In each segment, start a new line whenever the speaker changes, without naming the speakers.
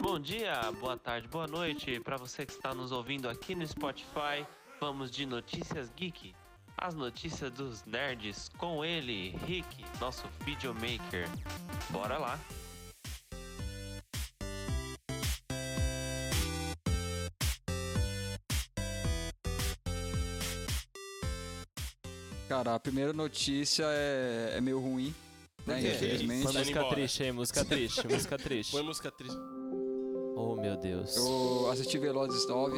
Bom dia, boa tarde, boa noite para você que está nos ouvindo aqui no Spotify. Vamos de notícias geek, as notícias dos nerds com ele, Rick, nosso videomaker. Bora lá.
Cara, a primeira notícia é, é meio ruim, né?
quê?
Infelizmente.
Manda-
música
embora.
triste, hein? Música triste, música triste.
Põe música triste.
Oh, meu Deus.
Eu assisti Velozes 9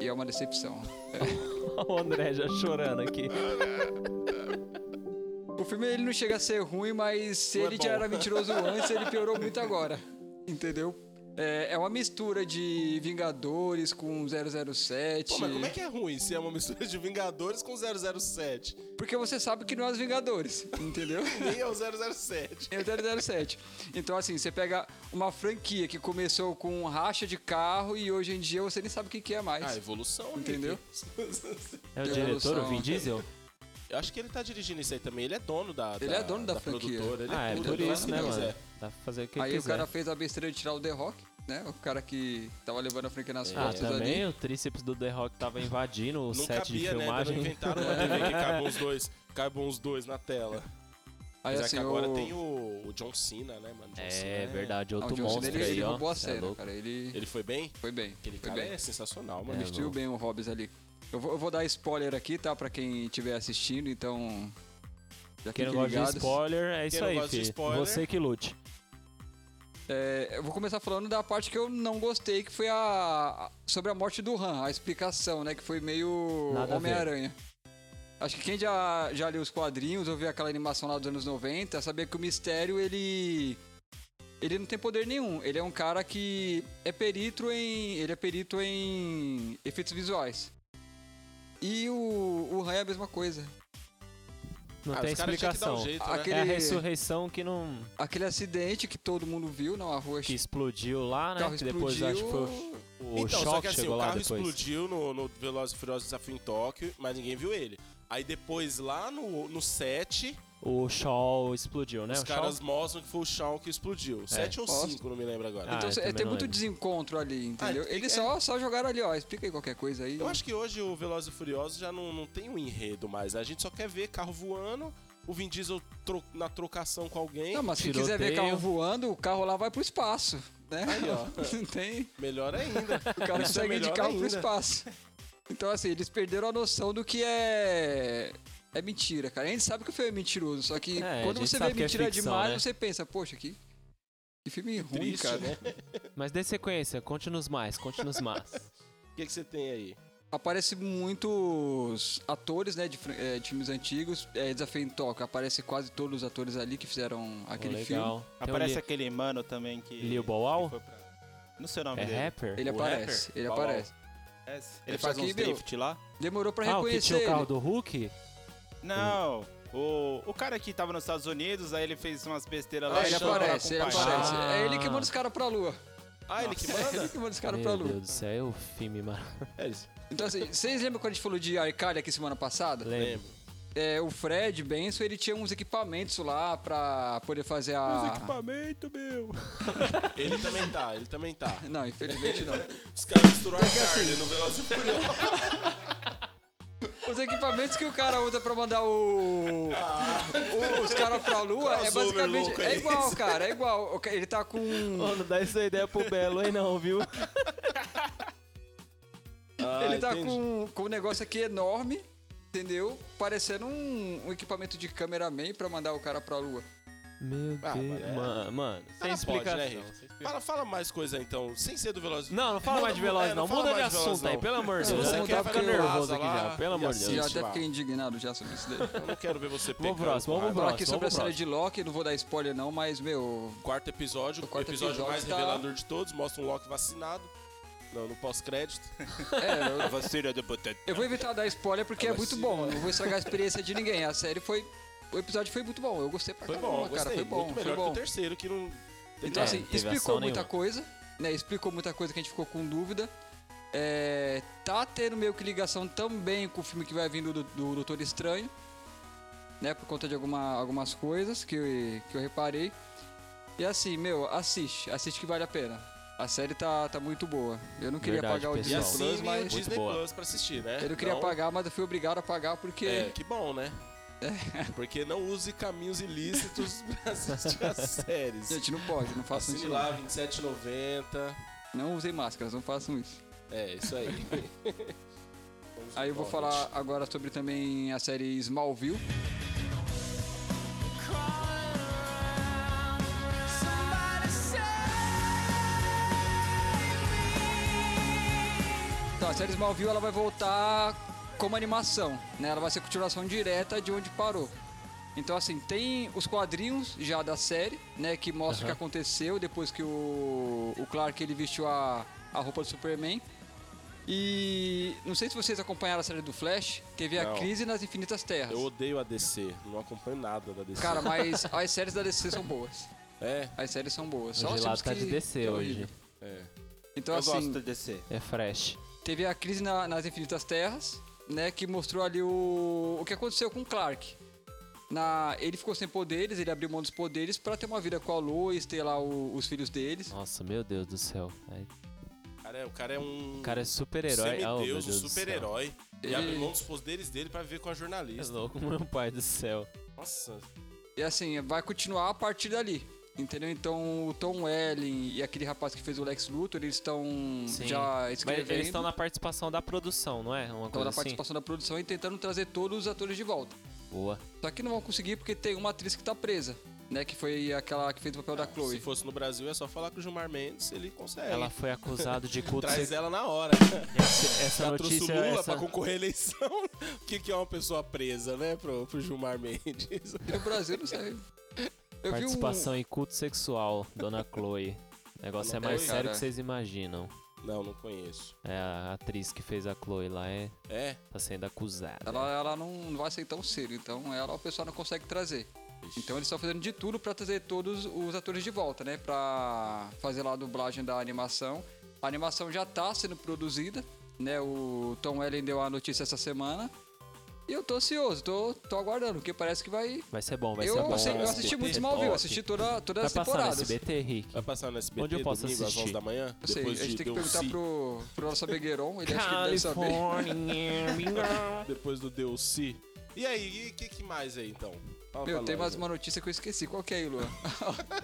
e é uma decepção.
o André já chorando aqui.
O filme ele não chega a ser ruim, mas se
Não é
ele já
bom.
era mentiroso antes, ele piorou muito agora. Entendeu? É, é uma mistura de Vingadores com 007.
Pô, mas como é que é ruim se é uma mistura de Vingadores com 007?
Porque você sabe que não é os Vingadores, entendeu?
Nem é o 007.
É o 007. Então, assim, você pega uma franquia que começou com racha de carro e hoje em dia você nem sabe o que, que é mais.
Ah, evolução, Rick.
Entendeu?
É o
Deus
diretor,
do
o Vin
céu.
Diesel?
Eu acho que ele tá dirigindo isso aí também. Ele é dono da
Ele é dono da franquia.
produtora, ele
Ah, é
tudo,
por
ele
isso,
faz
né,
o que
mano?
quiser.
Dá pra fazer o que
Aí
quiser.
o cara fez a besteira de tirar o The Rock, né? O cara que tava levando a franquia nas
Ah,
costas
também
ali.
o tríceps do The Rock tava invadindo o
Não
set de
cabia, né? Ainda
filmagem.
Não inventaram uma TV que cabam os dois, cabam os dois na tela.
Aí
Mas é
assim,
que agora
o...
tem o, o John Cena, né, mano? John Cena
É verdade,
Ah, o
outro
John Cena,
monstro
ele,
aí,
ele
ó.
roubou a
Cê
cena,
é louco.
cara. Ele,
Ele foi bem?
foi bem.
Aquele
foi
cara
bem.
é sensacional, mano.
Vestiu bem o Hobbes ali. Eu vou, eu vou dar spoiler aqui, tá? Pra quem estiver assistindo, então. Já
Quem não
fiquem
gosta de
ligados.
spoiler, é isso
não
aí,
gosta de
filho.
spoiler-
Você que lute.
É, eu vou começar falando da parte que eu não gostei, que foi a. a- sobre a morte do Han, a explicação, né? Que foi meio
Nada a ver.
Homem-Aranha. Acho que quem já, já leu os quadrinhos ou viu aquela animação lá dos anos 90, sabia que o mistério ele. Ele não tem poder nenhum. Ele é um cara que é perito em. Ele é perito em efeitos visuais. E o, o Han é a mesma coisa.
Não
Ah,
tem
os caras tinham que dar
explicação.
um jeito, né?
Aquele-
É a ressurreição que não.
Aquele acidente que todo mundo viu na rua.
que explodiu lá,
o
né?
carro
Que depois
explodiu.
acho que foi o- o
então,
choque
só que assim,
chegou
o
lá
carro
depois.
explodiu no, no Velozes e Furiosos Desafio em Tóquio, mas ninguém viu ele. Aí depois, lá no, no set,
O Shaw explodiu, né?
os
o
caras
Shaw?
mostram que foi o Shawn que explodiu. Sete ou
Posso?
cinco, não me lembro agora.
Ah,
Então
eu
cê-
também
tem
não
muito
lembro.
desencontro ali, entendeu?
Ah,
Eles
é-
só, só jogaram ali, ó. Explica aí qualquer coisa aí.
Eu acho que hoje o Velozes e Furiosos já não, não tem um enredo mais. A gente só quer ver carro voando, o Vin Diesel tro- na trocação com alguém.
Não, mas se
tiroteio.
quiser ver carro voando, o carro lá vai pro espaço, né?
Aí, ó.
Não tem.
Melhor ainda.
O cara
Isso é
consegue ir de
melhor
carro pro
ainda.
espaço. Então, assim, eles perderam a noção do que é. É mentira, cara. A gente sabe que o filme é mentiroso, só que
É, a
quando
gente
você
sabe
vê
que é
mentira
ficção,
demais,
né?
você pensa, poxa, que, que filme ruim,
Triste,
cara.
né?
Mas dê sequência, conte-nos mais, conte-nos mais.
O que, que você tem aí?
Aparece muitos atores, né, de, fran- eh, de filmes antigos. É, Desafio em Tóquio, aparece quase todos os atores ali que fizeram aquele filme.
Legal. Tem um o
Aparece
Li-
aquele mano também que.
Lil Boal?
que foi pra- Não sei o nome
É
dele.
rapper?
Ele
O
aparece,
rapper?
ele
Uau,
aparece.
É,
Ele,
Ele
faz
só que,
uns
meu,
drift lá.
Demorou pra
Ah, o que
reconhecer
tinha o carro
ele.
do Hulk?
Não. O, o cara que tava nos Estados Unidos, aí ele fez umas besteiras
Ah,
lá.
ele
chegou lá
aparece,
com o
ele
pai.
aparece.
Ah.
É ele que manda os caras pra lua.
Ah, ele que
É ele
manda?
que manda os caras pra
Meu
lua.
Deus do céu, é o filme, mano.
é isso.
Então, assim, vocês lembram quando a gente falou de Arcadia aqui semana passada?
Lembro.
É, o Fred Benson, ele tinha uns equipamentos lá pra poder fazer
Ah.
a.
Equipamento, meu. Ele também tá, ele também tá.
Não, infelizmente não.
Os caras misturaram a
assim,
carne no Velozes e Furiosos.
Os equipamentos que o cara usa pra mandar o. o- os caras pra lua é
Crossover
basicamente.
louco
É
aí.
igual, cara, é igual. O ca- Ele tá com.
Ô, não dá essa ideia pro Belo, hein, não, viu?
Ah,
Ele tá
entendi.
com, com um negócio aqui enorme, entendeu? Parecendo um, um equipamento de cameraman pra mandar o cara pra lua.
Meu
Ah,
Deus.
mano, é-
Mano, mano, sem
Ela
explicação.
pode, né, Rick? fala, fala mais coisa então, sem ser do Velozes.
Não, não fala
Muda-
mais de Veloz,
é,
não.
fala
Muda de
mais Velozes,
assunto aí,
não.
pelo amor de
Se
Deus.
você
Eu
quer,
quero
vai
ficar
no
nervoso
Asa
aqui
lá
já, pelo amor de
e
E eu
Deus.
assiste.
até
Vá.
fiquei indignado já sobre isso daí.
Eu não quero ver você Ah, pegando.
Vamos pro próximo,
cara.
vamos pro
Falar aqui
próximo.
sobre a
Vamos pro
série
próximo.
de Loki, não vou dar spoiler não, mas, meu,
Quarto episódio,
O
o
quarto
episódio
episódio
mais
tá-
revelador de todos, mostra um Loki vacinado. No, no pós-crédito.
é, eu,
Vacina do potete.
eu vou evitar dar spoiler porque é
Ah,
muito
vacina.
bom, não vou estragar a experiência de ninguém. A série foi, o episódio foi muito bom, eu gostei pra
Foi
caramba,
bom,
cara,
gostei.
foi bom,
Muito
foi
melhor que
bom.
o terceiro, que não.
Então,
É,
assim,
não teve
explicou
ação
muita
nenhuma.
coisa, né? Explicou muita coisa que a gente ficou com dúvida. É, tá tendo meio que ligação também com o filme que vai vindo do, do Doutor Estranho, né? Por conta de alguma, algumas coisas que, eu- que eu reparei. E assim, meu, assiste, assiste que vale a pena. A série tá, tá muito boa. Eu não queria
Verdade,
pagar o
E
Disney
pessoal.
assinem
Plus,
o
mas.
Disney
boa.
Plus pra assistir, né?
assim, Eu não queria
Não-
pagar, mas eu fui obrigado a pagar porque. É.
É, que bom, né? Porque não use caminhos ilícitos pra assistir as séries.
Gente, não pode, não façam
Assine
isso.
lá, 27,90.
Não usem máscaras, não façam isso.
É, isso aí. Vamos
Aí eu vou
embora,
falar agora sobre também a série Smallville. Então, a série Smallville ela vai voltar como animação, né? Ela vai ser continuação direta de onde parou. Então, assim, tem os quadrinhos já da série, né? Que mostra o que aconteceu depois que o, o Clark ele vestiu a, a roupa do Superman. E não sei se vocês acompanharam a série do Flash, teve a
Não.
crise nas Infinitas Terras.
Eu odeio a DC, não acompanho nada da DC.
Cara, mas as séries da DC são boas.
É,
As séries são boas.
O
Só os
gelado
filmes
tá de
que-
descer
que é
hoje.
horrível.
é.
Então,
eu
assim,
gosto de DC.
É fresh.
teve a crise na- nas Infinitas Terras, né? Que mostrou ali o, o que aconteceu com o Clark. Na, ele ficou sem poderes, ele abriu mão dos poderes pra ter uma vida com a Lois, ter lá o- os filhos deles.
Nossa, meu Deus do céu. Aí,
Cara, é, o cara é um
O cara é super-herói. Ah, Oh, meu
semideus,
Deus
um
do céu.
super-herói. E abre
Ele-
mão dos poderes dele pra viver com a
É
jornalista.
louco, meu pai do céu.
Nossa,
E assim, vai continuar a partir dali. Entendeu? Então o Tom Welling e aquele rapaz que fez o Lex Luthor, eles estão
Sim.
já
Mas
escrevendo.
eles estão na participação da produção, não é? Uma
Então,
coisa
na
assim.
participação da produção e tentando trazer todos os atores de volta.
Boa.
Só que não vão conseguir porque tem uma atriz que tá presa, né? Que foi aquela que fez o papel da
se
Chloe.
fosse no Brasil é só falar com o Gilmar Mendes, ele consegue.
Ela foi acusada de culto
É. Traz ela na hora.
Essa, essa
Já trouxe
notícia
o Lula
essa...
pra concorrer à eleição. O que, que é uma pessoa presa, né, pro, pro Gilmar Mendes?
E no Brasil não sei. Eu vi um.
participação em culto sexual, Dona Chloe. O negócio é
Dona
mais
Chloe,
sério
cara.
que vocês imaginam.
Não, não conheço.
É a atriz que fez a Chloe lá é
É?
tá sendo acusada.
Ela, ela não vai sair tão cedo, então ela o pessoal não consegue trazer. Então eles estão fazendo de tudo pra trazer todos os atores de volta, né? Pra fazer lá a dublagem da animação. A animação já tá sendo produzida, né? O Tom Ellen deu a notícia essa semana. E eu tô ansioso, tô, tô aguardando, porque parece que vai.
Vai ser bom, vai
eu,
ser bom. né?
assim,
vai
eu
ser
assisti
bom.
muito
É
Smallville,
top.
assisti toda,
Tá
todas
Vai
as
passar no
temporadas.
SBT, Rick.
Vai passar no SBT
Onde eu posso
domingo às
assistir?
11 da manhã?
Eu sei, a gente tem que perguntar
Delcy.
pro, pro nosso Begueron, um, ele acha que ele deve saber.
California, bingo.
Depois do Delcy. E aí, o que, que mais aí, então? Fala pra
Meu, tem
nós,
mais uma notícia que eu esqueci. Qual que é aí, Luan?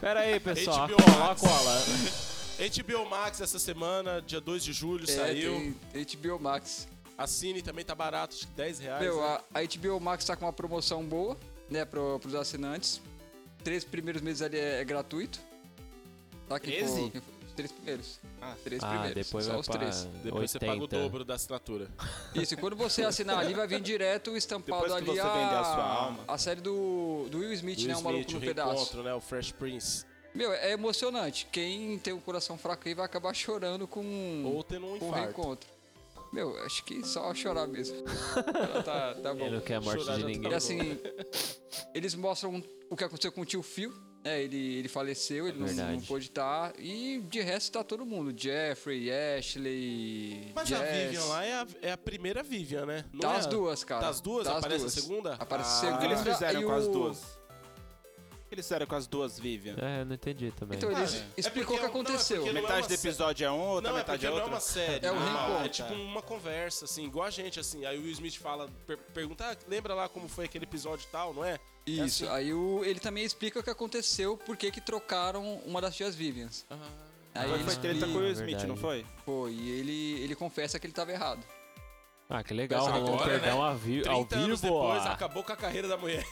Pera aí, pessoal.
HBO
A cola, a
Max.
cola.
HBO Max essa semana, dia 2 de julho, saiu.
É, tem HBO Max.
Assine também, tá barato, acho que 10 reais.
Meu,
é.
né?
a, a HBO Max tá com uma promoção boa, né, pro, pros assinantes. Três primeiros meses ali é, é gratuito. Tá aqui,
Treze?
os três primeiros.
Ah.
três
Ah,
primeiros.
depois
só
vai
os
pra
três.
Depois
80.
você paga o dobro da assinatura.
Isso, e quando você assinar ali, vai vir direto estampado
Depois que
ali
você vender a sua alma.
a série do, do Will Smith, né?
Will
O maluco
Smith,
no
o
pedaço.
reencontro, né? O Fresh Prince.
Meu, é emocionante. Quem tem um coração fraco aí vai acabar chorando com,
Ou tendo um
Hum. com o
infarto.
reencontro. Meu, acho que só chorar mesmo. Ela
Então
tá, tá bom.
Ele é não quer a morte
Chorar
de
já tá
ninguém.
E assim, eles mostram o que aconteceu com o tio Phil, né? Ele, ele faleceu, ele não,
Verdade.
não pôde estar. E de resto tá todo mundo. Jeffrey, Ashley,
Mas
Jess.
a Vivian lá é a, é a primeira Vivian, né? Não
Tá
é
as
a-
duas, cara.
Tá as duas?
Tá as
Aparece
duas.
a segunda? Ah.
Aparece a
O que
segunda.
eles fizeram
e
com as
o-
duas? O que eles fizeram com as duas, Vivian?
É, eu não entendi também.
Então eles
Ah, é.
explicou
É
o que
porque- não, é
aconteceu.
porque-
metade
uma
do episódio é um, outra
Não, é
metade
porque
é
não é
outra.
uma série.
É um
normal,
reencontro.
É tipo uma conversa, assim, igual a gente, assim. Aí o Will Smith fala, per- pergunta, ah, lembra lá como foi aquele episódio e tal, não é?
Isso, aí o- ele também explica o que aconteceu, por que que trocaram uma das tias Vivians. Aí
Agora
ele
foi treta com o
explica,
Will Smith, não
Ah, é verdade. Tá
foi?
pô, e ele, ele confessa que ele tava errado.
Ah, que legal.
Agora,
Rolou um
né?
perdão ao vi-
30
ao
anos
vivo,
depois,
ó.
acabou com a carreira da mulher.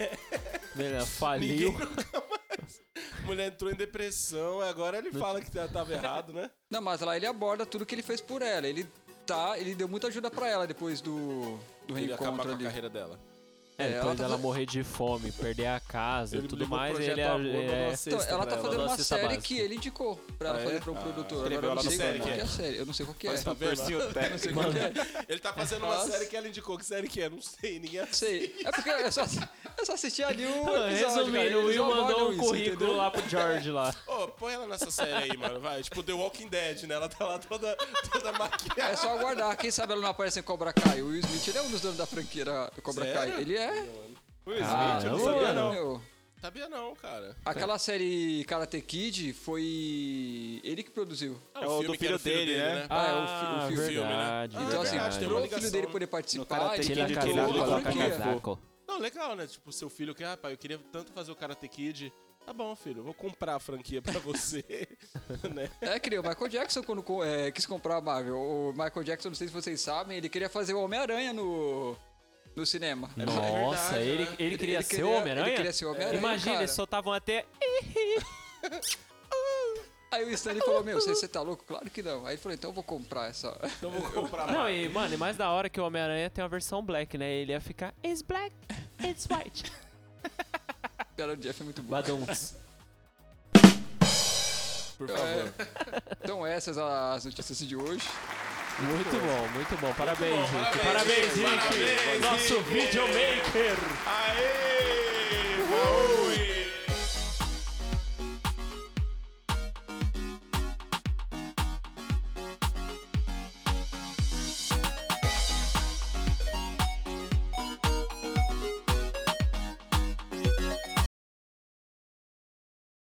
Beleza, Faliu.
Ninguém nunca mais. A mulher entrou em depressão, agora ele fala que tá- tava errado, né?
Não, mas lá ele aborda tudo que ele fez por ela. Ele tá, ele deu muita ajuda pra ela depois do, do
Ele acabar
reencontro
com a
ali.
carreira dela.
É,
É, ela
depois
tá
dela
fazendo-
morrer de fome, perder a casa e
Ele
tudo
ligou pro
mais,
projeto
ele
Amor, mandou
é,
uma
é
cesta
Então, ela
pra
tá fazendo
Ela
uma
cesta
série
básica.
que ele indicou pra ela
Ah, é?
fazer pra um produtor. Agora
escreveu
eu não
ela na
sei
série,
qual que é
é.
a série. Eu não sei qual que é.
Mas tá
Eu
vendo?
Cursinho
não
técnico.
sei qual que é.
Ele tá fazendo uma
Nossa.
série que ela indicou. Que série que é? Não sei, ninguém
Não sei. É porque eu só, eu só assisti ali o episódio, cara.
Resumindo, o
Eles
Will
abordam
mandou um
isso,
currículo
entendeu?
lá pro George lá.
Ô, põe ela nessa série aí, mano, vai. Tipo The Walking Dead, né? Ela tá lá toda, toda maquiada.
É só aguardar. Quem sabe ela não aparece em Cobra Kai. O Will Smith, ele é um dos donos da franquia da Cobra
Sério?
Kai. Ele é.
O Will Smith,
Ah,
eu não
eu-
sabia não.
Meu,
Sabia não, cara.
Aquela série Karate Kid foi ele que produziu.
Ah,
É o do
um que era
filho dele, né?
Ah, é o fi- o filme, né?
verdade,
Ah,
então, assim,
verdade, tem uma
pro
ligação,
filho dele
né?
poder
No
participar,
Karate
ele
Kid,
tem
Tira
que
aquele
ter
casaco,
olho
uma
coloca
franquia.
casaco.
Não, legal, né? Tipo, seu filho que, ah, pai, eu queria tanto fazer o Karate Kid. Tá bom, filho, eu vou comprar a franquia pra você, né?
É, que nem o Michael Jackson quando co- é, quis comprar a Marvel. O Michael Jackson, não sei se vocês sabem, ele queria fazer o Homem-Aranha no, no cinema.
Nossa,
verdade,
ele,
né?
É ele queria
Ele
ser
queria-
o Homem-Aranha?
ele queria ser o Homem-Aranha,
Imagina,
cara.
eles soltavam até...
Aí o Stanley falou, meu, você, você tá louco? Claro que não. Aí ele falou, então eu vou comprar essa.
Então eu vou comprar
Não, e, mano, e mais da hora que o Homem-Aranha tem uma versão black, né? Ele ia ficar... It's black, it's white.
Belo Jeff é muito boa.
Badums.
por favor.
É. Então essas as notícias de hoje.
Muito bom, muito bom. Parabéns,
bom,
Rick.
parabéns,
Parabéns, Rick.
parabéns,
Nosso
Rick.
videomaker.
Aê!